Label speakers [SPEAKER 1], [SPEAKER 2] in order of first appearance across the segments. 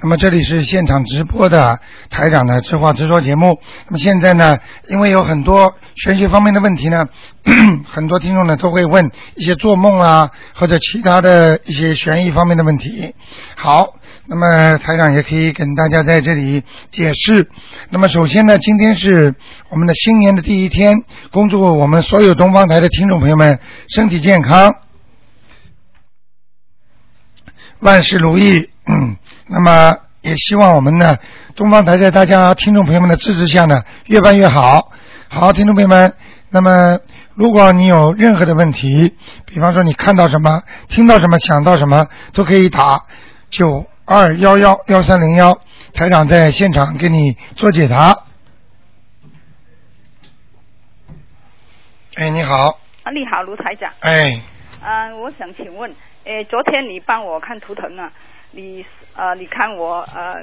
[SPEAKER 1] 那么这里是现场直播的台长的直话直说节目。那么现在呢，因为有很多玄学方面的问题呢， 很多听众呢都会问一些做梦啊或者其他的一些悬疑方面的问题。好，那么台长也可以跟大家在这里解释。那么首先呢，今天是我们的新年的第一天，恭祝我们所有东方台的听众朋友们身体健康。万事如意。嗯，那么也希望我们呢，东方台在大家听众朋友们的支持下呢，越办越好。好，听众朋友们，那么如果你有任何的问题，比方说你看到什么、听到什么、想到什么，都可以打九二幺幺幺三零幺，台长在现场给你做解答。哎，你好，
[SPEAKER 2] 啊，你好，卢台长。
[SPEAKER 1] 哎，
[SPEAKER 2] 啊、我想请问，诶，昨天你帮我看图腾啊，你呃，你看我呃，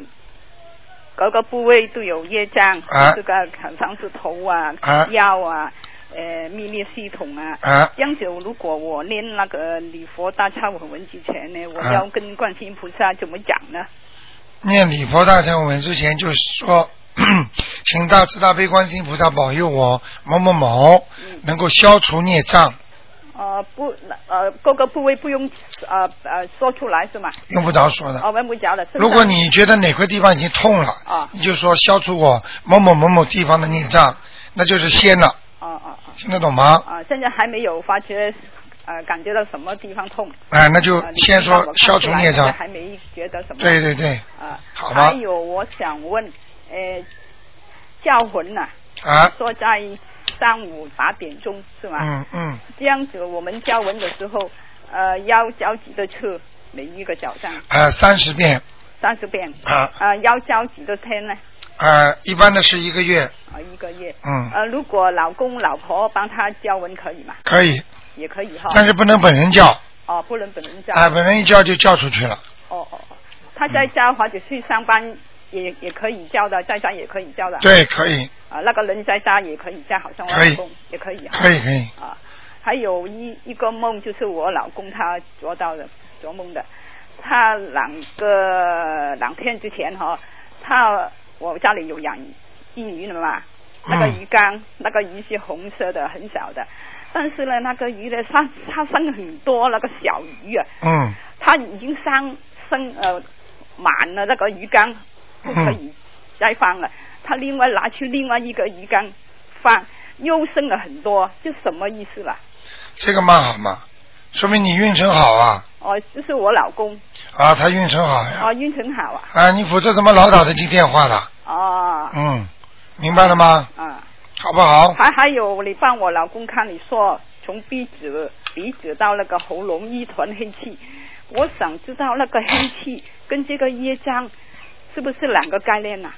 [SPEAKER 2] 各个部位都有业障，
[SPEAKER 1] 啊
[SPEAKER 2] 这个好像是头啊、
[SPEAKER 1] 啊
[SPEAKER 2] 腰啊、呃，泌尿系统啊。
[SPEAKER 1] 啊
[SPEAKER 2] 这样子，如果我念那个礼佛大忏悔文之前呢，我
[SPEAKER 1] 啊
[SPEAKER 2] 要跟观世音菩萨怎么讲呢？
[SPEAKER 1] 念礼佛大忏悔文之前，就是说， 请大慈大悲观世音菩萨保佑我某某某能够消除孽障，
[SPEAKER 2] 嗯呃，不，呃，各个部位不用呃呃说出来是吗？
[SPEAKER 1] 用不着说
[SPEAKER 2] 哦，
[SPEAKER 1] 的。
[SPEAKER 2] 我们不讲了。是不是
[SPEAKER 1] 啊如果你觉得哪块地方已经痛了
[SPEAKER 2] 啊，
[SPEAKER 1] 你就说消除我某某某某地方的孽障，那就是仙了，
[SPEAKER 2] 哦哦哦。
[SPEAKER 1] 听得懂吗？
[SPEAKER 2] 啊，现在还没有发觉，呃，感觉到什么地方痛。
[SPEAKER 1] 哎，那就
[SPEAKER 2] 啊你
[SPEAKER 1] 先
[SPEAKER 2] 知道我
[SPEAKER 1] 说
[SPEAKER 2] 看
[SPEAKER 1] 消
[SPEAKER 2] 出
[SPEAKER 1] 除
[SPEAKER 2] 来
[SPEAKER 1] 孽
[SPEAKER 2] 现在
[SPEAKER 1] 障。
[SPEAKER 2] 还没觉得什么。
[SPEAKER 1] 对。对对，
[SPEAKER 2] 啊，
[SPEAKER 1] 好吧
[SPEAKER 2] 还有，我想问，呃，叫魂呐、
[SPEAKER 1] 啊，
[SPEAKER 2] 说在上午八点钟是吗？
[SPEAKER 1] 嗯嗯，
[SPEAKER 2] 这样子，我们叫魂的时候，呃，要教几个次？每一个早上
[SPEAKER 1] 啊，三十遍，
[SPEAKER 2] 三十遍。
[SPEAKER 1] 啊
[SPEAKER 2] 呃，要教几个天呢？
[SPEAKER 1] 啊，一般的是一个月，
[SPEAKER 2] 啊、一个月。
[SPEAKER 1] 嗯，
[SPEAKER 2] 呃，如果老公老婆帮他教文可以吗？
[SPEAKER 1] 可以，
[SPEAKER 2] 也可以哈。
[SPEAKER 1] 但是不能本人叫，
[SPEAKER 2] 哦，不能本人教。
[SPEAKER 1] 啊，本人一叫就叫出去了。
[SPEAKER 2] 哦哦，哦，他在家或者去上班也也可以叫的，在家也可以叫的。。
[SPEAKER 1] 对，可以，
[SPEAKER 2] 啊，那个人在家也可以叫，好像我
[SPEAKER 1] 可以
[SPEAKER 2] 老公也可以哈。
[SPEAKER 1] 可以，可以。
[SPEAKER 2] 啊，还有一一个梦就是我老公他做到的，做梦的。他两个两天之前哈、他我家里有养一鱼的嘛，那个
[SPEAKER 1] 嗯
[SPEAKER 2] 鱼缸、那个鱼是红色的，很小的，但是呢，那个鱼呢，它它生很多那个小鱼啊，
[SPEAKER 1] 嗯
[SPEAKER 2] 它已经生生呃满了那个鱼缸，不可以再放了。他另外拿去另外一个鱼缸放，又生了很多，这什么意思啦？，
[SPEAKER 1] 这个蛮好嘛，说明你运程好啊
[SPEAKER 2] 哦，就是我老公，
[SPEAKER 1] 啊，他运程好呀
[SPEAKER 2] 哦，运程好啊，
[SPEAKER 1] 啊，你否则怎么老打得进电话的？
[SPEAKER 2] 哦，
[SPEAKER 1] 嗯，明白了吗？
[SPEAKER 2] 啊，
[SPEAKER 1] 好不好？
[SPEAKER 2] 还还有你帮我老公看，你说从鼻子鼻子到那个喉咙一团黑气，我想知道那个黑气跟这个业障是不是两个概念呐、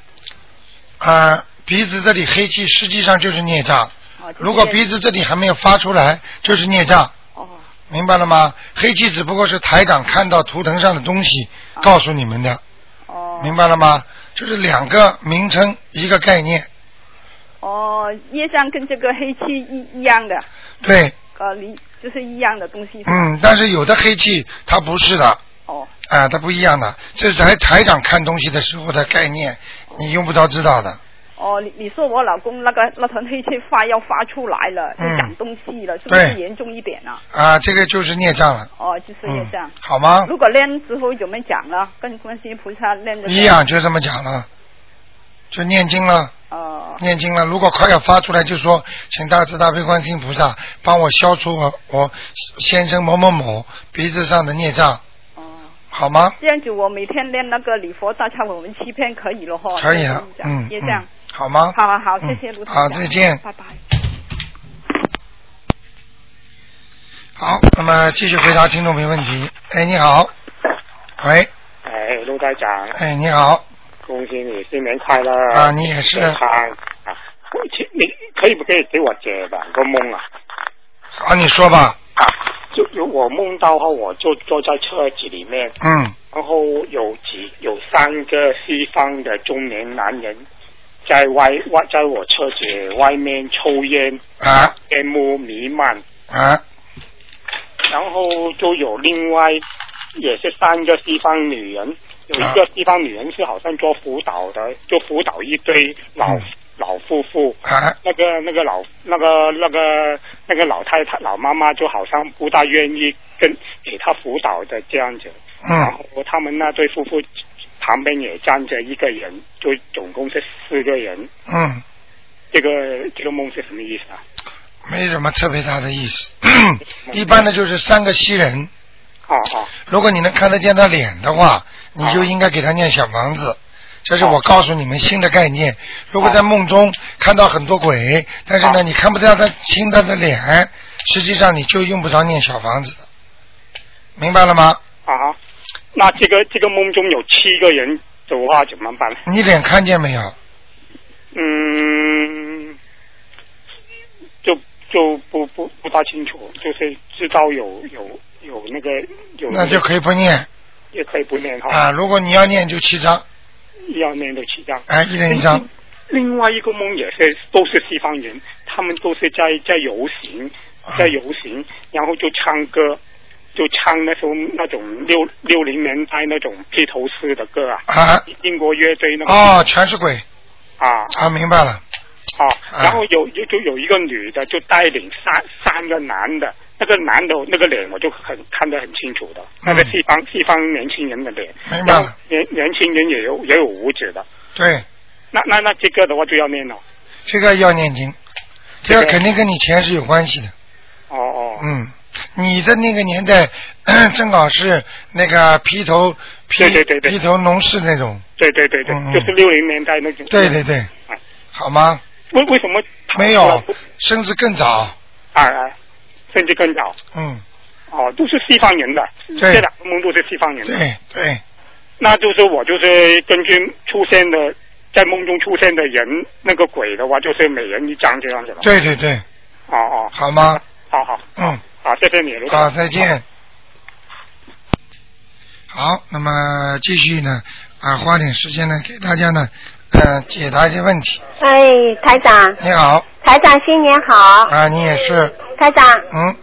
[SPEAKER 1] 啊，鼻子这里黑气实际上就是孽障，
[SPEAKER 2] 哦，就是
[SPEAKER 1] 如果
[SPEAKER 2] 业
[SPEAKER 1] 鼻子这里还没有发出来，就是孽障，
[SPEAKER 2] 哦。
[SPEAKER 1] 明白了吗？黑气只不过是台长看到图腾上的东西告诉你们的，
[SPEAKER 2] 哦，
[SPEAKER 1] 明白了吗？就是两个名称，一个概念，
[SPEAKER 2] 哦，业障跟这个黑气一一样的，
[SPEAKER 1] 对，
[SPEAKER 2] 呃，你就是一样的东西。
[SPEAKER 1] 嗯，但是有的黑气它不是的，
[SPEAKER 2] 哦，
[SPEAKER 1] 啊，它不一样的，这是台台长看东西的时候的概念，你用不着知道的。
[SPEAKER 2] 哦，你你说我老公那个那团黑气发要发出来了，
[SPEAKER 1] 嗯
[SPEAKER 2] 要长东西了，是不是
[SPEAKER 1] 对
[SPEAKER 2] 严重一点啊？
[SPEAKER 1] 啊，这个就是孽障了，
[SPEAKER 2] 哦，就是业
[SPEAKER 1] 嗯
[SPEAKER 2] 障。，
[SPEAKER 1] 好吗？
[SPEAKER 2] 如果练之后怎么讲呢？跟观世音菩萨练的。
[SPEAKER 1] 一。样就这么讲了，就念经了，
[SPEAKER 2] 哦
[SPEAKER 1] 念经了。如果快要发出来，就说请大慈大悲观世音菩萨帮我消除我我先生某某某鼻子上的孽障，
[SPEAKER 2] 哦，
[SPEAKER 1] 好吗？
[SPEAKER 2] 这样子我每天练那个礼佛大忏悔文七篇可以了哈。
[SPEAKER 1] 可以了，
[SPEAKER 2] 这样
[SPEAKER 1] 嗯
[SPEAKER 2] 子讲业障
[SPEAKER 1] 嗯。，好吗？
[SPEAKER 2] 好好啊好，谢
[SPEAKER 1] 嗯
[SPEAKER 2] 谢卢台
[SPEAKER 1] 好，
[SPEAKER 2] 长
[SPEAKER 1] 再见。
[SPEAKER 2] 拜拜。
[SPEAKER 1] 好，那么继续回答听众朋友问题。哎，你好，喂，
[SPEAKER 3] 哎，陆台长，
[SPEAKER 1] 哎，你好，
[SPEAKER 3] 恭喜你新年快乐
[SPEAKER 1] 啊，你也是
[SPEAKER 3] 健康啊！请你可以不可以给我解两个梦啊？
[SPEAKER 1] 啊，你说吧，
[SPEAKER 3] 啊，就有我梦到哈，我就坐在车子里面，
[SPEAKER 1] 嗯
[SPEAKER 3] 然后有几有三个西方的中年男人在外外在我车子外面抽烟，
[SPEAKER 1] 啊
[SPEAKER 3] 烟雾弥漫，
[SPEAKER 1] 啊
[SPEAKER 3] 然后就有另外也是三个西方女人，
[SPEAKER 1] 啊
[SPEAKER 3] 有一个西方女人是好像做辅导的，就辅导一堆老、
[SPEAKER 1] 嗯
[SPEAKER 3] 老夫妇。
[SPEAKER 1] 啊
[SPEAKER 3] 那个那个老那个那个那个老太太老妈妈就好像不大愿意跟给她辅导的这样子，然
[SPEAKER 1] 嗯
[SPEAKER 3] 后他们那对夫妇旁边也站着一个人，就总共是四个人。
[SPEAKER 1] 嗯，
[SPEAKER 3] 这个这个梦是什么意思啊？
[SPEAKER 1] 没什么特别大的意 思。一般的就是三个西人，
[SPEAKER 3] 啊啊
[SPEAKER 1] 如果你能看得见他脸的话，你就应该给他念小房子。这是我告诉你们新的概念。如果在梦中看到很多鬼，但是呢，
[SPEAKER 3] 好
[SPEAKER 1] 你看不到他清他的脸，实际上你就用不着念小房子的，明白了吗？
[SPEAKER 3] 啊哈！那这个这个梦中有七个人的话怎么办呢？
[SPEAKER 1] 你脸看见没有？
[SPEAKER 3] 嗯，就就不不不大清楚，就是知道有有有那个有
[SPEAKER 1] 那就可以不念
[SPEAKER 3] 也可以不念哈，
[SPEAKER 1] 啊。如果你要念，就七张，
[SPEAKER 3] 要念到七张。
[SPEAKER 1] 哎，一人一 张。
[SPEAKER 3] 另外一个梦也是都是西方人，他们都是在在游行，
[SPEAKER 1] 啊
[SPEAKER 3] 在游行，然后就唱歌，就唱那时候那种六六零年代那种披头士的歌啊，
[SPEAKER 1] 啊
[SPEAKER 3] 英国乐队那个、
[SPEAKER 1] 哦，全是鬼
[SPEAKER 3] 啊
[SPEAKER 1] 啊，明白了。
[SPEAKER 3] 啊，
[SPEAKER 1] 啊
[SPEAKER 3] 然后有就就有一个女的就带领三三个男的，那个男的那个脸我就很看得很清楚的，那个
[SPEAKER 1] 嗯
[SPEAKER 3] 西方、西方年轻人的脸，
[SPEAKER 1] 明白
[SPEAKER 3] 然后
[SPEAKER 1] 了
[SPEAKER 3] 年年轻人也有也有五指的，
[SPEAKER 1] 对，
[SPEAKER 3] 那那那这个的话就要念了，
[SPEAKER 1] 这个要念经，这个肯定跟你前世有关系的。
[SPEAKER 3] 哦哦，
[SPEAKER 1] 嗯，你的那个年代正好是那个披头披
[SPEAKER 3] 对对对对
[SPEAKER 1] 披头农事那种，
[SPEAKER 3] 对对对对，
[SPEAKER 1] 嗯嗯
[SPEAKER 3] 就是六零年代那种。
[SPEAKER 1] 对对对，
[SPEAKER 3] 嗯
[SPEAKER 1] 好吗？
[SPEAKER 3] 为为什么唐
[SPEAKER 1] 没
[SPEAKER 3] 朝
[SPEAKER 1] 有
[SPEAKER 3] 不，
[SPEAKER 1] 甚至更早。
[SPEAKER 3] 啊啊，甚至更早
[SPEAKER 1] 嗯，
[SPEAKER 3] 哦，都是西方人的，
[SPEAKER 1] 对
[SPEAKER 3] 这两个梦都是西方人的。
[SPEAKER 1] 对对，
[SPEAKER 3] 那就是我就是根据出现的在梦中出现的人那个鬼的话，就是每人一张这样子了。
[SPEAKER 1] 对对对，
[SPEAKER 3] 哦哦，
[SPEAKER 1] 好吗？
[SPEAKER 3] 好好
[SPEAKER 1] 嗯，
[SPEAKER 3] 好，谢谢你，卢
[SPEAKER 1] 好，
[SPEAKER 3] 总。
[SPEAKER 1] 再见。好，那么继续呢，啊，花点时间呢，给大家呢，呃，解答一些问题。
[SPEAKER 4] 哎，台长，
[SPEAKER 1] 你好，
[SPEAKER 4] 台长新年好，
[SPEAKER 1] 啊，你也是，
[SPEAKER 4] 台长，
[SPEAKER 1] 嗯，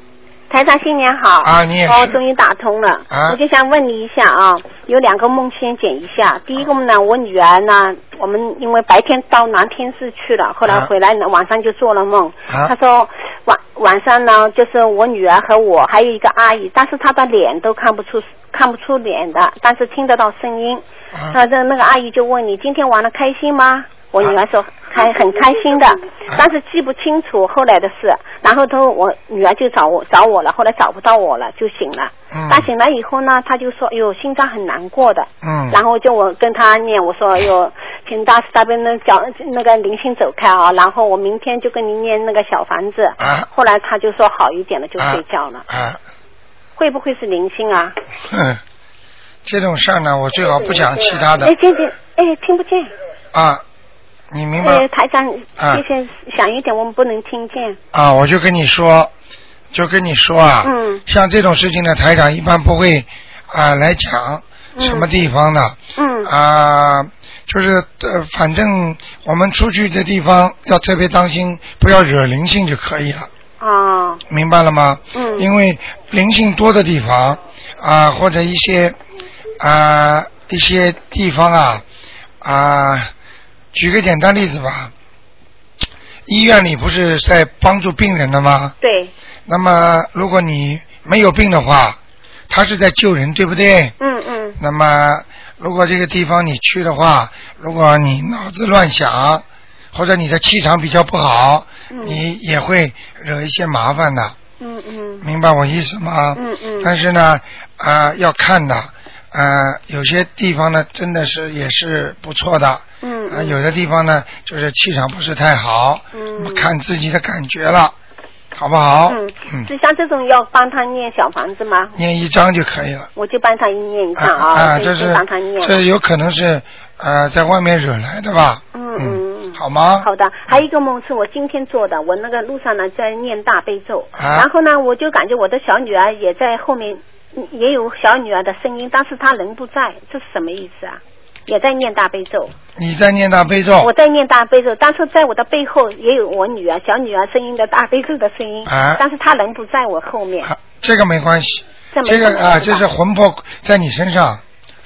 [SPEAKER 4] 台长新年好。
[SPEAKER 1] 啊你也是
[SPEAKER 4] 哦，终于打通了。
[SPEAKER 1] 啊
[SPEAKER 4] 我就想问你一下啊，有两个梦先讲一下。第一个梦呢，我女儿呢，我们因为白天到南天寺去了，后来
[SPEAKER 1] 啊
[SPEAKER 4] 回来呢，晚上就做了梦。
[SPEAKER 1] 啊
[SPEAKER 4] 她说晚晚上呢，就是我女儿和我还有一个阿姨，但是她的脸都看不出看不出脸的，但是听得到声音。
[SPEAKER 1] 啊，
[SPEAKER 4] 那那那个阿姨就问你今天玩的开心吗？我女儿说开很开心
[SPEAKER 1] 啊
[SPEAKER 4] 的，但是记不清楚后来的事。然后都我女儿就找我找我了，后来找不到我了就醒了。
[SPEAKER 1] 嗯
[SPEAKER 4] 她醒了以后呢，她就说哟心脏很难过的。
[SPEAKER 1] 嗯，
[SPEAKER 4] 然后就我跟她念我说哟，请大慈大悲那脚那个灵性走开啊，然后我明天就跟你念那个小房子。
[SPEAKER 1] 啊
[SPEAKER 4] 后来她就说好一点了就
[SPEAKER 1] 啊
[SPEAKER 4] 睡觉了，
[SPEAKER 1] 啊，
[SPEAKER 4] 会不会是灵性啊？
[SPEAKER 1] 哼，这种事儿呢，我最好不讲其他的
[SPEAKER 4] 哎，姐姐，哎，听不见。
[SPEAKER 1] 啊。你明
[SPEAKER 4] 呃，
[SPEAKER 1] 白
[SPEAKER 4] 台长，
[SPEAKER 1] 啊
[SPEAKER 4] 谢谢，响一点，我们不能听见。
[SPEAKER 1] 啊？我就跟你说，就跟你说啊，
[SPEAKER 4] 嗯
[SPEAKER 1] 像这种事情呢，台长一般不会啊来讲什么地方的
[SPEAKER 4] 嗯
[SPEAKER 1] 啊，就是呃，反正我们出去的地方要特别当心，不要惹灵性就可以了。
[SPEAKER 4] 哦，
[SPEAKER 1] 明白了吗？
[SPEAKER 4] 嗯
[SPEAKER 1] 因为灵性多的地方啊、或者一些啊、一些地方啊啊、举个简单例子吧，医院里不是在帮助病人的吗？
[SPEAKER 4] 对，
[SPEAKER 1] 那么如果你没有病的话，他是在救人，对不对？
[SPEAKER 4] 嗯嗯
[SPEAKER 1] 那么如果这个地方你去的话，如果你脑子乱想，或者你的气场比较不好，
[SPEAKER 4] 嗯
[SPEAKER 1] 你也会惹一些麻烦的。
[SPEAKER 4] 嗯嗯
[SPEAKER 1] 明白我意思吗？
[SPEAKER 4] 嗯嗯
[SPEAKER 1] 但是呢，啊、要看的，啊，有些地方呢，真的是也是不错的，啊、
[SPEAKER 4] 嗯嗯，
[SPEAKER 1] 有的地方呢，就是气场不是太好，
[SPEAKER 4] 嗯
[SPEAKER 1] 那么看自己的感觉了，好不好？
[SPEAKER 4] 嗯，就像这种要帮他念小房子吗？
[SPEAKER 1] 念一张就可以了。
[SPEAKER 4] 我就帮他念一哦
[SPEAKER 1] 啊
[SPEAKER 4] 张
[SPEAKER 1] 啊，
[SPEAKER 4] 就
[SPEAKER 1] 这是
[SPEAKER 4] 帮他念。
[SPEAKER 1] 这有可能是呃在外面惹来的吧？
[SPEAKER 4] 嗯嗯嗯
[SPEAKER 1] 好吗？
[SPEAKER 4] 好的，还有一个梦是我今天做的，我那个路上呢在念大悲咒，
[SPEAKER 1] 啊
[SPEAKER 4] 然后呢我就感觉我的小女儿也在后面也有小女儿的声音，但是她人不在，这是什么意思啊？也在念大悲咒，
[SPEAKER 1] 你在念大悲咒，
[SPEAKER 4] 我在念大悲咒，但是在我的背后也有我女儿小女儿声音的大悲咒的声音，
[SPEAKER 1] 啊
[SPEAKER 4] 但是她人不在我后面，
[SPEAKER 1] 啊这个没关系，
[SPEAKER 4] 这没
[SPEAKER 1] 这
[SPEAKER 4] 什么
[SPEAKER 1] 个啊，
[SPEAKER 4] 意思
[SPEAKER 1] 这
[SPEAKER 4] 吧
[SPEAKER 1] 是魂魄在你身上，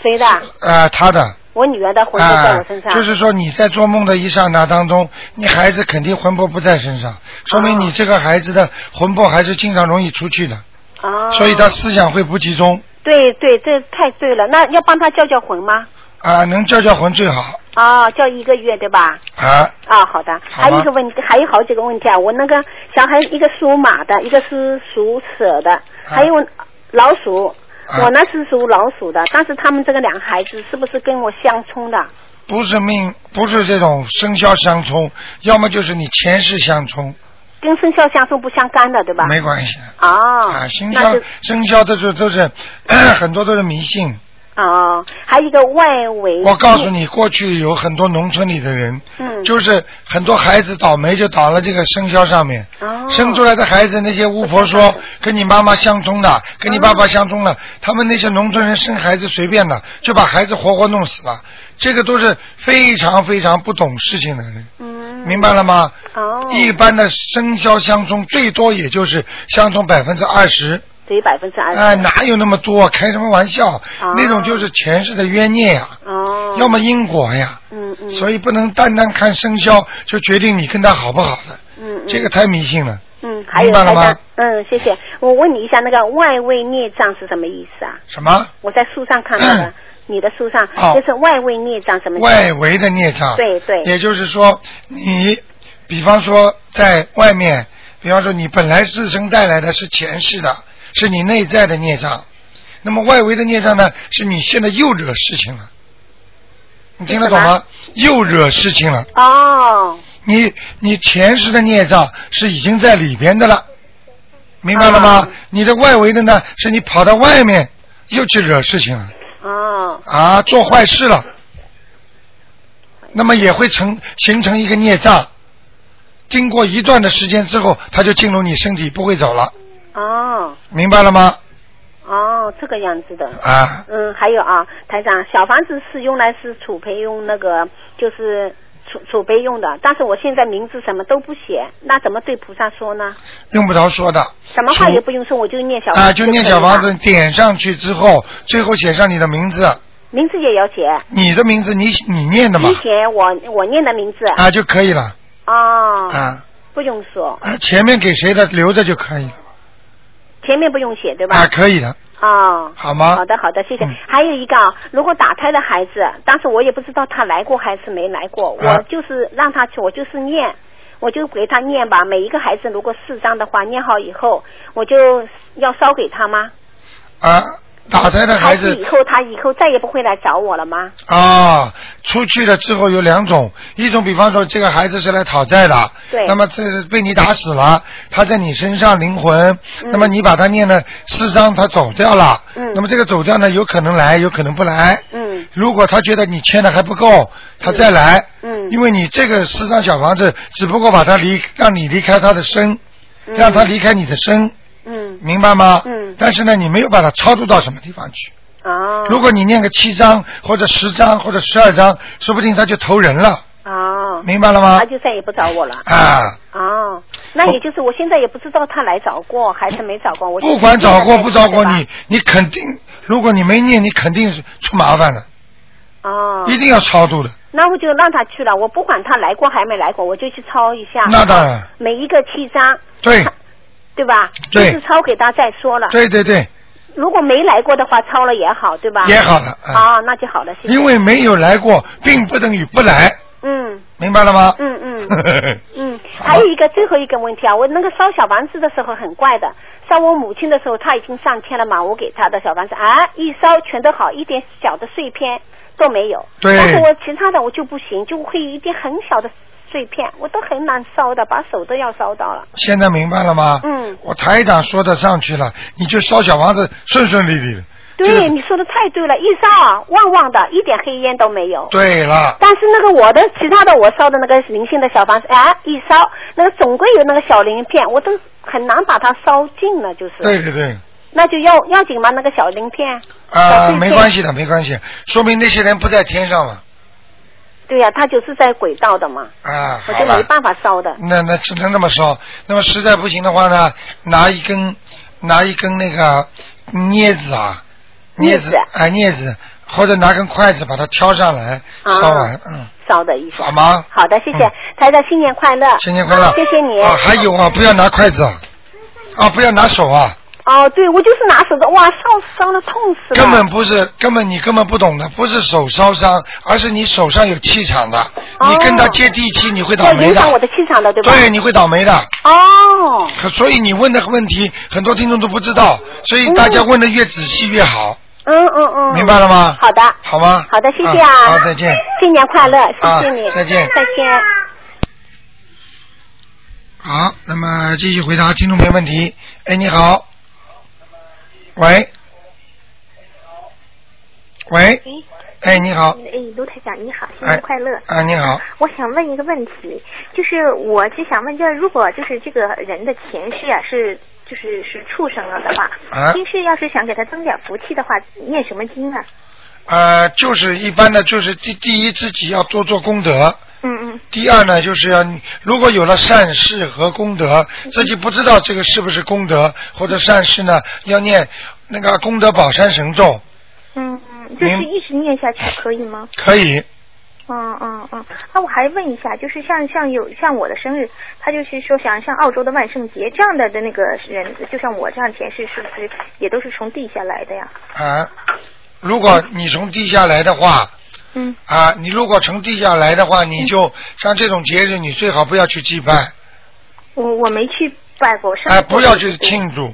[SPEAKER 4] 谁的？
[SPEAKER 1] 啊，他的，
[SPEAKER 4] 我女儿的魂魄在
[SPEAKER 1] 啊
[SPEAKER 4] 我身上，，
[SPEAKER 1] 就是说你在做梦的一刹那当中，你孩子肯定魂魄不在身上，说明你这个孩子的魂魄还是经常容易出去的，
[SPEAKER 4] 哦，
[SPEAKER 1] 所以他思想会不集中
[SPEAKER 4] 对对，这太对了，那要帮她叫叫魂吗？
[SPEAKER 1] 啊，能叫叫魂最好
[SPEAKER 4] 哦，叫一个月对吧？
[SPEAKER 1] 啊。
[SPEAKER 4] 啊，好的。
[SPEAKER 1] 好吧
[SPEAKER 4] 还有一个问题，还有好几个问题啊。我那个小孩，一个属马的，一个是属蛇的，还有老鼠。
[SPEAKER 1] 啊
[SPEAKER 4] 我呢是属老鼠的，但是他们这个两孩子是不是跟我相冲的？
[SPEAKER 1] 不是命，不是这种生肖相冲，要么就是你前世相冲，
[SPEAKER 4] 跟生肖相冲不相干的，对吧？
[SPEAKER 1] 没关系的。
[SPEAKER 4] 哦，
[SPEAKER 1] 啊，生
[SPEAKER 4] 那
[SPEAKER 1] 肖
[SPEAKER 4] 就
[SPEAKER 1] 生肖都是都是 很多都是迷信。
[SPEAKER 4] 哦，还有一个外围。
[SPEAKER 1] 我告诉你，过去有很多农村里的人，
[SPEAKER 4] 嗯，
[SPEAKER 1] 就是很多孩子倒霉就倒了这个生肖上面，
[SPEAKER 4] 哦
[SPEAKER 1] 生出来的孩子那些巫婆说跟你妈妈相冲的，跟你爸爸相冲的，他们那些农村人生孩子随便的，就把孩子活活弄死了。这个都是非常非常不懂事情的人，
[SPEAKER 4] 嗯，
[SPEAKER 1] 明白了吗？
[SPEAKER 4] 哦，
[SPEAKER 1] 一般的生肖相冲最多也就是相冲百分之二十，
[SPEAKER 4] 只有百分之二
[SPEAKER 1] 哎，
[SPEAKER 4] 十。
[SPEAKER 1] 哪有那么多？开什么玩笑？那种就是前世的冤孽呀、
[SPEAKER 4] 哦，
[SPEAKER 1] 要么因果呀。
[SPEAKER 4] 嗯嗯，
[SPEAKER 1] 所以不能单单看生肖就决定你跟他好不好的，
[SPEAKER 4] 嗯嗯
[SPEAKER 1] 这个太迷信了。
[SPEAKER 4] 嗯，还有
[SPEAKER 1] 明白了
[SPEAKER 4] 台
[SPEAKER 1] 吗
[SPEAKER 4] 长，嗯，谢谢。我问你一下，那个外围孽障是什么意思啊？
[SPEAKER 1] 什么
[SPEAKER 4] 我在书上看到 的，你的书上
[SPEAKER 1] 哦
[SPEAKER 4] 就是外围孽障什么意思？
[SPEAKER 1] 外围的孽障？
[SPEAKER 4] 对对
[SPEAKER 1] 也就是说，你比方说在外面，比方说你本来自身带来的是前世的，是你内在的孽障。那么外围的孽障呢，是你现在又惹事情了。你听得懂吗？又惹事情了。
[SPEAKER 4] 哦，
[SPEAKER 1] 你你前世的孽障是已经在里边的了，明白了吗？
[SPEAKER 4] 啊
[SPEAKER 1] 你的外围的呢，是你跑到外面又去惹事情了
[SPEAKER 4] 哦，
[SPEAKER 1] 啊，做坏事了，那么也会成形成一个孽障。经过一段的时间之后，它就进入你身体，不会走了，
[SPEAKER 4] 哦，
[SPEAKER 1] 明白了吗？
[SPEAKER 4] 哦，这个样子的。
[SPEAKER 1] 啊，
[SPEAKER 4] 嗯，还有啊，台长，小房子是用来是储备用那个，就是储储备用的，但是我现在名字什么都不写，那怎么对菩萨说呢？
[SPEAKER 1] 用不着说的。
[SPEAKER 4] 什么话
[SPEAKER 1] 储
[SPEAKER 4] 也不用说，我就念小房
[SPEAKER 1] 啊，
[SPEAKER 4] 子
[SPEAKER 1] 就
[SPEAKER 4] 可以
[SPEAKER 1] 念小房
[SPEAKER 4] 了
[SPEAKER 1] 子，点上去之后，最后写上你的名字，
[SPEAKER 4] 名字也要写，
[SPEAKER 1] 你的名字你你念的嘛
[SPEAKER 4] 你，写我我念的名字。
[SPEAKER 1] 啊就可以了
[SPEAKER 4] 哦，
[SPEAKER 1] 啊。
[SPEAKER 4] 不用说，
[SPEAKER 1] 啊，前面给谁的留着就可以了
[SPEAKER 4] 前面不用写，对吧？
[SPEAKER 1] 啊，可以的，
[SPEAKER 4] 哦，
[SPEAKER 1] 好吗？
[SPEAKER 4] 好的，好的，谢谢。
[SPEAKER 1] 嗯
[SPEAKER 4] 还有一个啊，如果打胎的孩子，但是我也不知道他来过还是没来过，
[SPEAKER 1] 啊
[SPEAKER 4] 我就是让他去，我就是念，我就给他念吧。每一个孩子如果四张的话，念好以后，我就要烧给他吗？
[SPEAKER 1] 啊，打胎的孩
[SPEAKER 4] 还是
[SPEAKER 1] 子
[SPEAKER 4] 以后他以后再也不会来找我了吗？
[SPEAKER 1] 啊，出去了之后有两种，一种比方说这个孩子是来讨债的，
[SPEAKER 4] 对
[SPEAKER 1] 那么这是被你打死了，他在你身上灵魂，那么你把他念了四张，他走掉了，
[SPEAKER 4] 嗯
[SPEAKER 1] 那么这个走掉呢，有可能来，有可能不来。
[SPEAKER 4] 嗯
[SPEAKER 1] 如果他觉得你欠的还不够，他再来，
[SPEAKER 4] 嗯
[SPEAKER 1] 因为你这个四张小房子只不过把他离让你离开他的身，
[SPEAKER 4] 嗯
[SPEAKER 1] 让他离开你的身，
[SPEAKER 4] 嗯，
[SPEAKER 1] 明白吗？
[SPEAKER 4] 嗯
[SPEAKER 1] 但是呢，你没有把它超度到什么地方去。
[SPEAKER 4] 哦，
[SPEAKER 1] 如果你念个七章或者十章或者十二章，说不定他就投人了，
[SPEAKER 4] 哦，
[SPEAKER 1] 明白了吗
[SPEAKER 4] 他？就再也不找我了。
[SPEAKER 1] 啊，
[SPEAKER 4] 哦，那也就是我现在也不知道他来找过还是没找过，我就
[SPEAKER 1] 不管找过不找过
[SPEAKER 4] 对吧
[SPEAKER 1] 你，你肯定，如果你没念，你肯定是出麻烦的，
[SPEAKER 4] 哦，
[SPEAKER 1] 一定要超 度的。
[SPEAKER 4] 那我就让他去了，我不管他来过还没来过，我就去抄一下。
[SPEAKER 1] 那当然，
[SPEAKER 4] 每一个七张，
[SPEAKER 1] 对，
[SPEAKER 4] 对吧？
[SPEAKER 1] 对
[SPEAKER 4] 就是抄给他再说了。
[SPEAKER 1] 对对对，
[SPEAKER 4] 如果没来过的话，抄了也好，对 吧？
[SPEAKER 1] 也好了啊，
[SPEAKER 4] 啊，那就好了，谢谢。
[SPEAKER 1] 因为没有来过，并不等于不来，
[SPEAKER 4] 嗯
[SPEAKER 1] 明白了吗？
[SPEAKER 4] 嗯 嗯嗯，还有一个最后一个问题啊，我那个烧小房子的时候很怪的，烧我母亲的时候，她已经上天了嘛，我给她的小房子啊，一烧全都好，一点小的碎片都没有。
[SPEAKER 1] 对
[SPEAKER 4] 但是我其他的我就不行，就会有一点很小的碎片，我都很难烧的，把手都要烧到了。
[SPEAKER 1] 现在明白了吗？
[SPEAKER 4] 嗯
[SPEAKER 1] 我台长说的上去了，你就烧小房子顺顺利利的。
[SPEAKER 4] 对，
[SPEAKER 1] 就是
[SPEAKER 4] 你说的太对了，一烧啊，旺旺的，一点黑烟都没有。
[SPEAKER 1] 对了，
[SPEAKER 4] 但是那个我的其他的我烧的那个零星的小房子，哎，一烧那个总归有那个小鳞片，我都很难把它烧尽了，就是。
[SPEAKER 1] 对对对，
[SPEAKER 4] 那就要要紧吗？那个小鳞片？
[SPEAKER 1] 啊、
[SPEAKER 4] 小碎
[SPEAKER 1] 没
[SPEAKER 4] 片
[SPEAKER 1] 关系的，没关系，说明那些人不在天上了
[SPEAKER 4] 对呀、他就是在轨道的嘛，
[SPEAKER 1] 啊。
[SPEAKER 4] 我
[SPEAKER 1] 好
[SPEAKER 4] 就
[SPEAKER 1] 了
[SPEAKER 4] 没，办法烧的。
[SPEAKER 1] 那那只能这么说。那么实在不行的话呢，拿一根拿一根那个镊子啊，镊
[SPEAKER 4] 镊
[SPEAKER 1] 子
[SPEAKER 4] 子
[SPEAKER 1] 啊镊子，或者拿根筷子把它挑上来
[SPEAKER 4] 啊
[SPEAKER 1] 烧完，嗯，
[SPEAKER 4] 烧的一下。
[SPEAKER 1] 好吗？
[SPEAKER 4] 好的，谢谢、
[SPEAKER 1] 嗯
[SPEAKER 4] 台长，新年快乐！
[SPEAKER 1] 新年快乐！
[SPEAKER 4] 啊谢谢你。
[SPEAKER 1] 啊，还有啊，不要拿筷子啊，啊，不要拿手啊，
[SPEAKER 4] 哦，对，我就是拿手的，哇，烧伤的痛死了。
[SPEAKER 1] 根本不是，根本你根本不懂的，不是手烧伤，而是你手上有气场的，
[SPEAKER 4] 哦
[SPEAKER 1] 你跟他接地气，你会倒
[SPEAKER 4] 要
[SPEAKER 1] 霉
[SPEAKER 4] 影响我
[SPEAKER 1] 的，
[SPEAKER 4] 的气场的，对吧？
[SPEAKER 1] 对，你会倒霉的。
[SPEAKER 4] 哦，
[SPEAKER 1] 可所以你问的问题，很多听众都不知道，所以大家问的越仔细越好，
[SPEAKER 4] 嗯嗯嗯。
[SPEAKER 1] 明白了吗？
[SPEAKER 4] 好的，
[SPEAKER 1] 好吗？
[SPEAKER 4] 好的，谢谢啊。
[SPEAKER 1] 好，再见。
[SPEAKER 4] 新年快乐，谢
[SPEAKER 1] 啊
[SPEAKER 4] 谢你。
[SPEAKER 1] 再见
[SPEAKER 4] 再见。
[SPEAKER 1] 好，那么继续回答听众朋友问题。哎，你好，喂，喂，哎，你好，
[SPEAKER 5] 哎，卢台长你好，新
[SPEAKER 1] 哎
[SPEAKER 5] 年快乐！
[SPEAKER 1] 啊，你好，
[SPEAKER 5] 我想问一个问题，就是我只想问，就是如果就是这个人的前世啊是就是是畜生了的话，
[SPEAKER 1] 啊
[SPEAKER 5] 今世要是想给他增点福气的话，念什么经啊？
[SPEAKER 1] 呃，就是一般的，就是第第一自己要多做功德，
[SPEAKER 5] 嗯嗯
[SPEAKER 1] 第二呢，就是要如果有了善事和功德，自己不知道这个是不是功德或者善事呢，要念那个功德宝山神咒，
[SPEAKER 5] 嗯嗯，就是
[SPEAKER 1] 明
[SPEAKER 5] 一直念下去可以吗？
[SPEAKER 1] 可以，
[SPEAKER 5] 嗯嗯嗯，啊，我还问一下，就是像像有像我的生日，他就是说想像澳洲的万圣节这样的的那个人，就像我这样前世是不是也都是从地下来的呀？
[SPEAKER 1] 啊，如果你从地下来的话，
[SPEAKER 5] 嗯，
[SPEAKER 1] 啊，你如果从地下来的话，你就像这种节日，你最好不要去祭拜，
[SPEAKER 5] 我我没去拜过，生日
[SPEAKER 1] 啊，不要去
[SPEAKER 5] 我
[SPEAKER 1] 庆祝，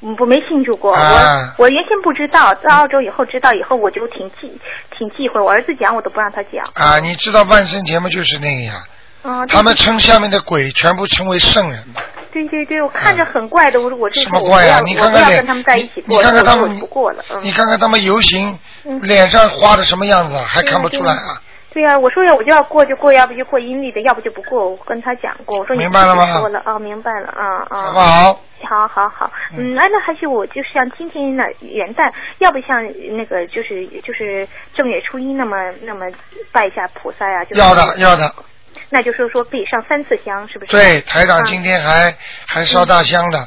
[SPEAKER 5] 嗯，我没庆祝过，
[SPEAKER 1] 啊
[SPEAKER 5] 我我原先不知道，到澳洲以后知道以后，我就挺忌挺忌讳，我儿子讲我都不让他讲。
[SPEAKER 1] 啊，你知道万圣节嘛就是那个呀，
[SPEAKER 5] 嗯，
[SPEAKER 1] 他们称下面的鬼全部称为圣人嘛，
[SPEAKER 5] 对对对，我看着很怪的，我我这
[SPEAKER 1] 什
[SPEAKER 5] 次
[SPEAKER 1] 么
[SPEAKER 5] 我不
[SPEAKER 1] 怪呀、
[SPEAKER 5] 要
[SPEAKER 1] 你
[SPEAKER 5] 我
[SPEAKER 1] 看
[SPEAKER 5] 不
[SPEAKER 1] 看
[SPEAKER 5] 要
[SPEAKER 1] 脸
[SPEAKER 5] 跟他们在一起，
[SPEAKER 1] 你你
[SPEAKER 5] 过了，
[SPEAKER 1] 看看他
[SPEAKER 5] 我
[SPEAKER 1] 们，
[SPEAKER 5] 就不过了，
[SPEAKER 1] 你
[SPEAKER 5] 嗯，
[SPEAKER 1] 看看他们游行，
[SPEAKER 5] 嗯
[SPEAKER 1] 脸上花的什么样子啊，还
[SPEAKER 5] 对呀
[SPEAKER 1] 看不出来啊？
[SPEAKER 5] 对呀、我说要我就要过就过，要不就过阴历的，要不就不过。我跟他讲过，我说你
[SPEAKER 1] 明白了吗
[SPEAKER 5] 自己说了啊、明白了啊啊。
[SPEAKER 1] 好不好？
[SPEAKER 5] 好好好，嗯，哎，那还是我就像今天呢，元旦，要不像那个就是就是正月初一那么那么拜一下菩萨呀、就是
[SPEAKER 1] 要的，要的。
[SPEAKER 5] 那就是说必上三次香，是不是？
[SPEAKER 1] 对，台长
[SPEAKER 5] 啊
[SPEAKER 1] 今天还、还烧大香的，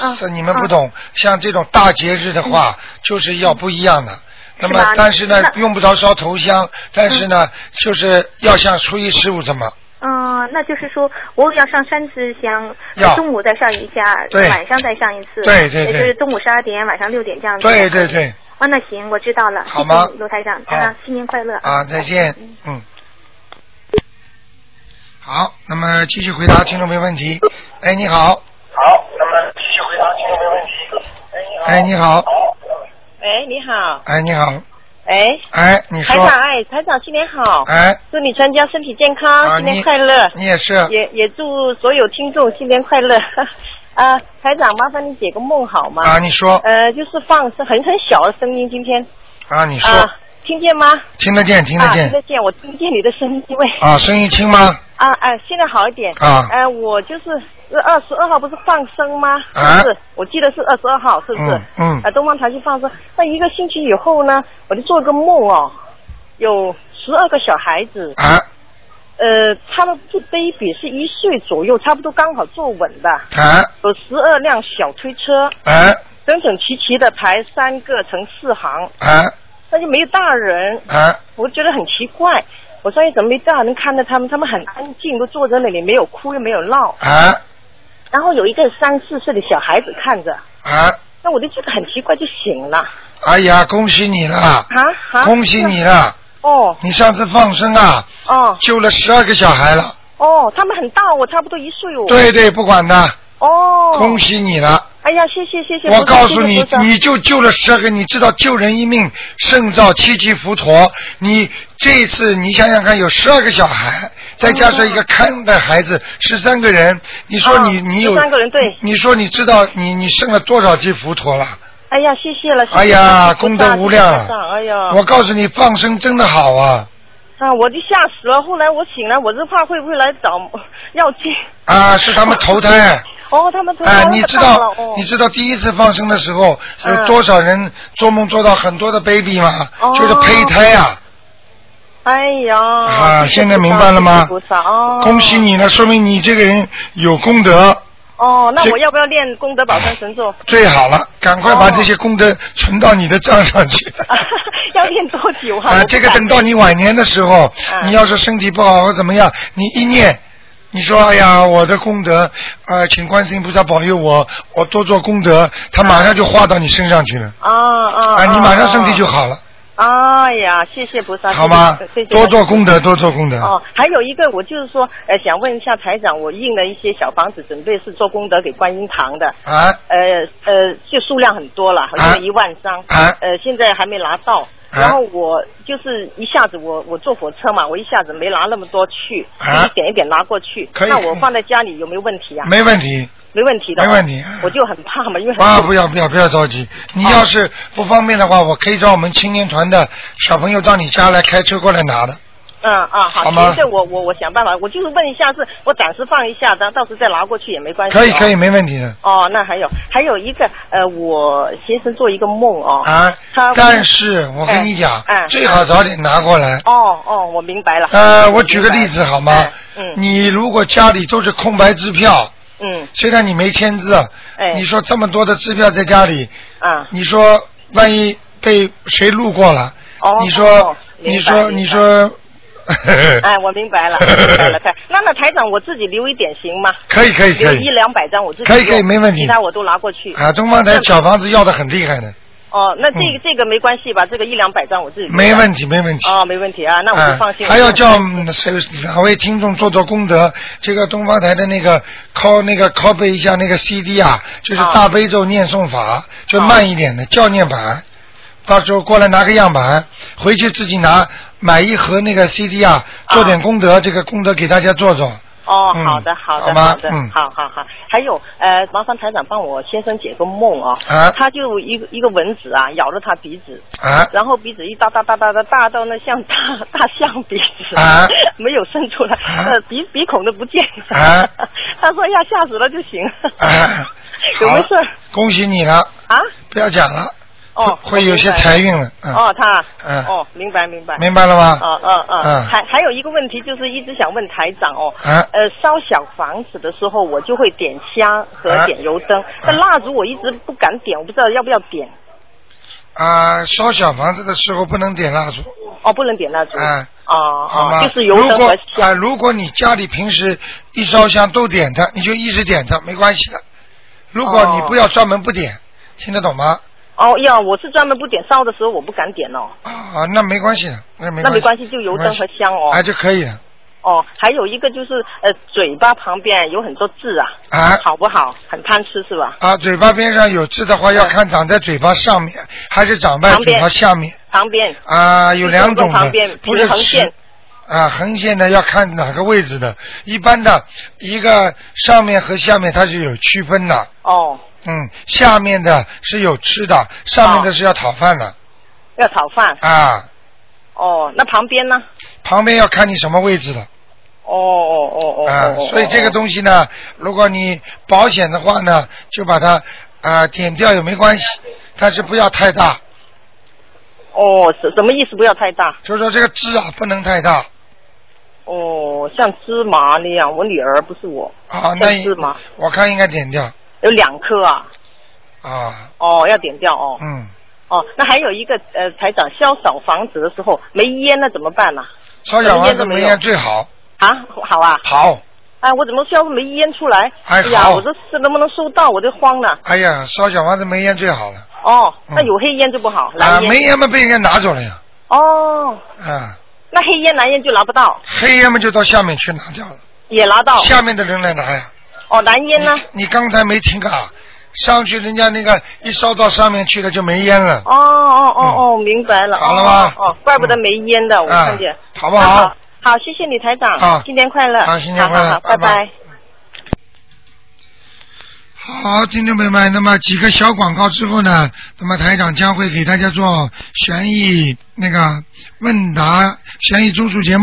[SPEAKER 5] 嗯
[SPEAKER 1] 是你们不懂、像这种大节日的话，就是要不一样的。那
[SPEAKER 5] 嗯是
[SPEAKER 1] 么
[SPEAKER 5] 吧，
[SPEAKER 1] 但是呢，
[SPEAKER 5] 那
[SPEAKER 1] 用不着烧头香，但是呢，就是要像初一十五这么，
[SPEAKER 5] 嗯、那就是说我要上三次香
[SPEAKER 1] 要，
[SPEAKER 5] 中午再上一下，
[SPEAKER 1] 对
[SPEAKER 5] 晚上再上一次，
[SPEAKER 1] 对对
[SPEAKER 5] 也
[SPEAKER 1] 对
[SPEAKER 5] 就是中午十二点，晚上六点这样子。
[SPEAKER 1] 对对。对，
[SPEAKER 5] 啊，那行，我知道了。
[SPEAKER 1] 好吗
[SPEAKER 5] 谢谢卢台长，
[SPEAKER 1] 好
[SPEAKER 5] 台长新年快乐
[SPEAKER 1] 啊，再见，嗯。好，那么继续回答听众朋友问题。哎，你好，
[SPEAKER 6] 好，那么继续回答听众朋友问题。
[SPEAKER 1] 哎，你好，
[SPEAKER 7] 喂，你好。
[SPEAKER 1] 哎，你好，
[SPEAKER 7] 喂，
[SPEAKER 1] 哎，你
[SPEAKER 7] 台
[SPEAKER 1] 说
[SPEAKER 7] 长，，哎，台长，新年好！
[SPEAKER 1] 哎，
[SPEAKER 7] 祝你全家身体健康，
[SPEAKER 1] 啊
[SPEAKER 7] 新年
[SPEAKER 1] 你
[SPEAKER 7] 快乐！
[SPEAKER 1] 你也是，
[SPEAKER 7] 也也祝所有听众新年快乐！ 啊，台长，麻烦你解个梦好吗？
[SPEAKER 1] 啊，你说，
[SPEAKER 7] 呃，就是放是很很小的声音，今天
[SPEAKER 1] 啊，你说，
[SPEAKER 7] 啊，听见吗？
[SPEAKER 1] 听得见，听得
[SPEAKER 7] 啊，听
[SPEAKER 1] 见，
[SPEAKER 7] 得见，我听不见你的声音，因为
[SPEAKER 1] 啊，声音轻吗？
[SPEAKER 7] 啊啊，现在好一点。
[SPEAKER 1] 啊
[SPEAKER 7] 呃，我就是二十二号不是放生吗？
[SPEAKER 1] 啊
[SPEAKER 7] 是不是，我记得是二十二号，是不是？
[SPEAKER 1] 嗯嗯
[SPEAKER 7] 呃，东方台去放生，那一个星期以后呢，我就做个梦哦，有十二个小孩子，
[SPEAKER 1] 啊，
[SPEAKER 7] 呃，他们这 baby 是一岁左右，差不多刚好坐稳的，
[SPEAKER 1] 啊，
[SPEAKER 7] 有十二辆小推车，
[SPEAKER 1] 啊，
[SPEAKER 7] 整整齐齐的排三个成四行，
[SPEAKER 1] 啊，
[SPEAKER 7] 那就没有大人，
[SPEAKER 1] 啊，
[SPEAKER 7] 我觉得很奇怪。我说哎，怎么没大人看着他们？他们很安静，都坐在那里，没有哭又没有闹。
[SPEAKER 1] 啊，
[SPEAKER 7] 然后有一个三四岁的小孩子看着，
[SPEAKER 1] 啊，
[SPEAKER 7] 那我就觉得很奇怪，就醒了。
[SPEAKER 1] 哎呀，恭喜你了，
[SPEAKER 7] 啊啊！
[SPEAKER 1] 恭喜你了！
[SPEAKER 7] 哦
[SPEAKER 1] 你上次放生啊，
[SPEAKER 7] 哦
[SPEAKER 1] 救了十二个小孩了。
[SPEAKER 7] 哦，他们很大，我差不多一岁哦。
[SPEAKER 1] 对对，不管的，
[SPEAKER 7] 哦。
[SPEAKER 1] 恭喜你了！
[SPEAKER 7] 哎呀，谢谢谢谢。
[SPEAKER 1] 我
[SPEAKER 7] 菩萨
[SPEAKER 1] 告诉
[SPEAKER 7] 谢
[SPEAKER 1] 你
[SPEAKER 7] 谢菩，萨
[SPEAKER 1] 你就救了十二个，你知道救人一命胜造七级浮屠。你这一次你想想看，有十二个小孩，再加上
[SPEAKER 7] 嗯
[SPEAKER 1] 一个看的孩子，十三个人。你说你、
[SPEAKER 7] 哦
[SPEAKER 1] 你有
[SPEAKER 7] 13个人对
[SPEAKER 1] 你说你知道你你胜了多少级浮屠了？
[SPEAKER 7] 哎呀，谢谢了。谢谢
[SPEAKER 1] 哎呀，
[SPEAKER 7] 谢谢菩
[SPEAKER 1] 功
[SPEAKER 7] 萨
[SPEAKER 1] 德无量
[SPEAKER 7] 谢谢菩萨
[SPEAKER 1] 啊！
[SPEAKER 7] 哎呀，
[SPEAKER 1] 我告诉你，放生真的好啊！
[SPEAKER 7] 啊，我就吓死了。后来我醒来，我是怕会不会来找要经。
[SPEAKER 1] 啊，是他们投胎，
[SPEAKER 7] 哦，他们从
[SPEAKER 1] 哎，
[SPEAKER 7] 高
[SPEAKER 1] 你
[SPEAKER 7] 到
[SPEAKER 1] 知
[SPEAKER 7] 大
[SPEAKER 1] 道
[SPEAKER 7] 了哦，
[SPEAKER 1] 你知道第一次放生的时候
[SPEAKER 7] 嗯哦
[SPEAKER 1] 有多少人做梦做到很多的 baby 吗？就是胚胎啊！
[SPEAKER 7] 哎呀！
[SPEAKER 1] 啊现在明白了吗
[SPEAKER 7] 菩萨哦，
[SPEAKER 1] 恭喜！你了，说明你这个人有功德，
[SPEAKER 7] 哦，那
[SPEAKER 1] 这
[SPEAKER 7] 我要不要练功德宝山神咒？
[SPEAKER 1] 最好了，赶
[SPEAKER 7] 哦
[SPEAKER 1] 快把这些功德存到你的账上 去。
[SPEAKER 7] 要练多久啊？
[SPEAKER 1] 啊，
[SPEAKER 7] 我不
[SPEAKER 1] 这个
[SPEAKER 7] 敢
[SPEAKER 1] 等到你晚年的时候，
[SPEAKER 7] 嗯
[SPEAKER 1] 你要是身体不好或怎么样，你一念，你说哎呀，我的功德，呃，请观世音菩萨保佑我，我多做功德，他马
[SPEAKER 7] 嗯
[SPEAKER 1] 上就化到你身上去了，
[SPEAKER 7] 啊啊
[SPEAKER 1] 啊，你马上身体就。
[SPEAKER 7] 啊
[SPEAKER 1] 好了，
[SPEAKER 7] 啊哎呀，谢谢菩萨，
[SPEAKER 1] 好吗
[SPEAKER 7] 谢谢谢？谢
[SPEAKER 1] 多做功德，多做功德。
[SPEAKER 7] 哦，还有一个，我就是说，呃，想问一下台长，我印了一些小房子，准备是做功德给观音堂的，
[SPEAKER 1] 啊
[SPEAKER 7] 呃呃，就数量很多了，好
[SPEAKER 1] 啊
[SPEAKER 7] 像一万张，
[SPEAKER 1] 啊
[SPEAKER 7] 呃，现在还没拿到。然后我就是一下子我我坐火车嘛，我一下子没拿那么多去，
[SPEAKER 1] 啊
[SPEAKER 7] 就一点一点拿过去。
[SPEAKER 1] 可以
[SPEAKER 7] 那我放在家里有没有问题啊？
[SPEAKER 1] 没问题
[SPEAKER 7] 没问题的哦，
[SPEAKER 1] 没问题啊
[SPEAKER 7] 我就哦很怕嘛，因为很
[SPEAKER 1] 啊！不要不要不要着急，你要是不方便的话，我可以找我们青年团的小朋友到你家来开车过来拿的。
[SPEAKER 7] 嗯啊好，
[SPEAKER 1] 好吗
[SPEAKER 7] 这我我我想办法，我就是问一下是，我暂时放一下，到到时再拿过去也没关系、哦。
[SPEAKER 1] 可以可以，。没问题的
[SPEAKER 7] 哦，那还有还有一个呃，我先生做一个梦哦。
[SPEAKER 1] 啊
[SPEAKER 7] 他。
[SPEAKER 1] 但是我跟你讲
[SPEAKER 7] 哎哎，
[SPEAKER 1] 最好早点拿过来。
[SPEAKER 7] 哦哦，我明白了。
[SPEAKER 1] 呃，
[SPEAKER 7] 明白
[SPEAKER 1] 我举个例子好吗？
[SPEAKER 7] 嗯嗯
[SPEAKER 1] 你如果家里都是空白支票，
[SPEAKER 7] 嗯
[SPEAKER 1] 虽然你没签字，
[SPEAKER 7] 哎
[SPEAKER 1] 你说这么多的支票在家里，
[SPEAKER 7] 啊
[SPEAKER 1] 你说万一被谁路过了，
[SPEAKER 7] 哦
[SPEAKER 1] 你说、
[SPEAKER 7] 哦
[SPEAKER 1] 你
[SPEAKER 7] 明白
[SPEAKER 1] 说
[SPEAKER 7] 明白
[SPEAKER 1] 你说，
[SPEAKER 7] 哎，我明白了，明白了，台。那那台长，我自己留一点行吗？
[SPEAKER 1] 可以可以
[SPEAKER 7] 留
[SPEAKER 1] 可以
[SPEAKER 7] 一两百张，我自己
[SPEAKER 1] 可以可以
[SPEAKER 7] 用
[SPEAKER 1] 没问题
[SPEAKER 7] 其他我都拿过去。
[SPEAKER 1] 啊，东方台小房子要的很厉害的，
[SPEAKER 7] 哦，那这个
[SPEAKER 1] 嗯
[SPEAKER 7] 这个没关系吧？这个一两百张我自己留着
[SPEAKER 1] 没问。题没问题。
[SPEAKER 7] 哦，没问题啊，那我
[SPEAKER 1] 啊
[SPEAKER 7] 就放心了。
[SPEAKER 1] 还要叫嗯谁哪位听众做做功德？这个东方台的那个 call 那个 copy 一下那个 CD 啊，就是
[SPEAKER 7] 啊
[SPEAKER 1] 大悲咒念诵法，就
[SPEAKER 7] 啊
[SPEAKER 1] 慢一点的教念版。到时候过来拿个样板，回去自己拿买一盒那个 CD 啊，
[SPEAKER 7] 啊
[SPEAKER 1] 做点功德，这个功德给大家做做。
[SPEAKER 7] 哦，
[SPEAKER 1] 嗯
[SPEAKER 7] 好的，好
[SPEAKER 1] 好
[SPEAKER 7] 的，
[SPEAKER 1] 吗
[SPEAKER 7] 好的
[SPEAKER 1] 嗯，
[SPEAKER 7] 好好好。还有，呃，麻烦台长帮我先生解个梦哦。
[SPEAKER 1] 啊
[SPEAKER 7] 他就一个一个蚊子啊，咬了他鼻子，
[SPEAKER 1] 啊
[SPEAKER 7] 然后鼻子一大大大大大大到那像大大象鼻子，
[SPEAKER 1] 啊
[SPEAKER 7] 没有伸出来，
[SPEAKER 1] 啊
[SPEAKER 7] 呃，鼻鼻孔都不见了。
[SPEAKER 1] 啊
[SPEAKER 7] 他说呀，吓死了就行。！
[SPEAKER 1] 啊
[SPEAKER 7] 有没有
[SPEAKER 1] 好
[SPEAKER 7] 事儿
[SPEAKER 1] 恭喜你了，
[SPEAKER 7] 啊？
[SPEAKER 1] 不要讲了，
[SPEAKER 7] 哦，
[SPEAKER 1] 会会有些
[SPEAKER 7] 我明白
[SPEAKER 1] 财运了。嗯，
[SPEAKER 7] 哦，他，
[SPEAKER 1] 嗯
[SPEAKER 7] 哦，明白明白。
[SPEAKER 1] 明白了吗？
[SPEAKER 7] 哦哦哦
[SPEAKER 1] 嗯，
[SPEAKER 7] 还还有一个问题，就是一直想问台长哦，
[SPEAKER 1] 啊
[SPEAKER 7] 呃，烧小房子的时候，我就会点香和
[SPEAKER 1] 啊
[SPEAKER 7] 点油灯，但蜡烛我一直不敢点，我不知道要不要点。
[SPEAKER 1] 啊，烧小房子的时候不能点蜡烛。
[SPEAKER 7] 哦，不能点蜡烛。
[SPEAKER 1] 啊
[SPEAKER 7] 哦
[SPEAKER 1] 好
[SPEAKER 7] 哦
[SPEAKER 1] 吗？，
[SPEAKER 7] 就是油
[SPEAKER 1] 如
[SPEAKER 7] 灯
[SPEAKER 1] 果
[SPEAKER 7] 和
[SPEAKER 1] 啊、
[SPEAKER 7] 香。
[SPEAKER 1] 如果你家里平时一烧香都点它，你就一直点它，没关系的。如果
[SPEAKER 7] 哦
[SPEAKER 1] 你不要专门不点，听得懂吗？
[SPEAKER 7] 哦呀，我是专门不点，烧的时候我不敢点哦。
[SPEAKER 1] 啊，那没关系的，那没
[SPEAKER 7] 那没
[SPEAKER 1] 关
[SPEAKER 7] 关系，就油灯
[SPEAKER 1] 没
[SPEAKER 7] 和
[SPEAKER 1] 关系
[SPEAKER 7] 香哦。
[SPEAKER 1] 啊就可以了。
[SPEAKER 7] 哦，还有一个就是呃，嘴巴旁边有很多痣啊，
[SPEAKER 1] 啊
[SPEAKER 7] 好不好？很贪吃是吧？
[SPEAKER 1] 啊，嘴巴边上有痣的话，要看长在嘴巴上面还是长在
[SPEAKER 7] 嗯旁
[SPEAKER 1] 嘴
[SPEAKER 7] 边
[SPEAKER 1] 巴下面
[SPEAKER 7] 旁边
[SPEAKER 1] 啊，有
[SPEAKER 7] 就是
[SPEAKER 1] 两种
[SPEAKER 7] 中旁
[SPEAKER 1] 的
[SPEAKER 7] 边，
[SPEAKER 1] 不是
[SPEAKER 7] 平衡
[SPEAKER 1] 直
[SPEAKER 7] 线
[SPEAKER 1] 啊，横线的要看哪个位置的，一般的一个上面和下面它是有区分的。
[SPEAKER 7] 哦，
[SPEAKER 1] 嗯，下面的是有吃的，上面的是要讨饭的、
[SPEAKER 7] 要炒饭
[SPEAKER 1] 啊。
[SPEAKER 7] 哦，那旁边呢？
[SPEAKER 1] 旁边要看你什么位置的
[SPEAKER 7] 哦哦哦哦
[SPEAKER 1] 啊
[SPEAKER 7] 哦，哦，
[SPEAKER 1] 所以这个东西呢，如果你保险的话呢，就把它啊点掉也没关系，但是不要太大，
[SPEAKER 7] 哦什什么意思？不要太大
[SPEAKER 1] 就说这个痣啊不能太大
[SPEAKER 7] 哦，像芝麻那样。我女儿不是我，
[SPEAKER 1] 啊，那
[SPEAKER 7] 像芝麻
[SPEAKER 1] 我看应该点掉
[SPEAKER 7] 有两颗啊。
[SPEAKER 1] 啊，
[SPEAKER 7] 哦，要点掉哦。
[SPEAKER 1] 嗯，
[SPEAKER 7] 哦，那还有一个呃，台长销扫房子的时候没烟那怎么办呢、
[SPEAKER 1] 烧小房子
[SPEAKER 7] 什么烟都没
[SPEAKER 1] 没
[SPEAKER 7] 有
[SPEAKER 1] 烟最好，
[SPEAKER 7] 啊？好啊，
[SPEAKER 1] 好，
[SPEAKER 7] 哎，我怎么消没烟出来？
[SPEAKER 1] 哎
[SPEAKER 7] 呀，
[SPEAKER 1] 好
[SPEAKER 7] 我这是能不能收到？我这慌了。
[SPEAKER 1] 哎呀，烧小房子没烟最好了
[SPEAKER 7] 哦，
[SPEAKER 1] 嗯
[SPEAKER 7] 那有黑烟就不好，
[SPEAKER 1] 啊，
[SPEAKER 7] 蓝烟。
[SPEAKER 1] 没烟嘛被人家拿走了呀，
[SPEAKER 7] 哦，
[SPEAKER 1] 啊，
[SPEAKER 7] 那黑烟蓝烟就拿不到，
[SPEAKER 1] 黑烟嘛就到下面去拿掉了，
[SPEAKER 7] 也拿到。
[SPEAKER 1] 下面的人来拿呀。
[SPEAKER 7] 哦，蓝烟呢？
[SPEAKER 1] 你你刚才没听啊？上去人家那个一烧到上面去了就没烟了。
[SPEAKER 7] 哦哦哦哦，明白
[SPEAKER 1] 嗯
[SPEAKER 7] 了。
[SPEAKER 1] 好了吗嗯
[SPEAKER 7] 哦，哦怪不得没烟的，我看见
[SPEAKER 1] 啊。好不好
[SPEAKER 7] 那好？好，谢谢你台长。
[SPEAKER 1] 好
[SPEAKER 7] 新年快乐。
[SPEAKER 1] 好新年快乐
[SPEAKER 7] 好好好
[SPEAKER 1] 拜
[SPEAKER 7] 拜
[SPEAKER 1] 拜
[SPEAKER 7] 拜。
[SPEAKER 1] 好，听众朋友们，那么几个小广告之后呢，那么台长将会给大家做悬疑那个问答、悬疑综述节目。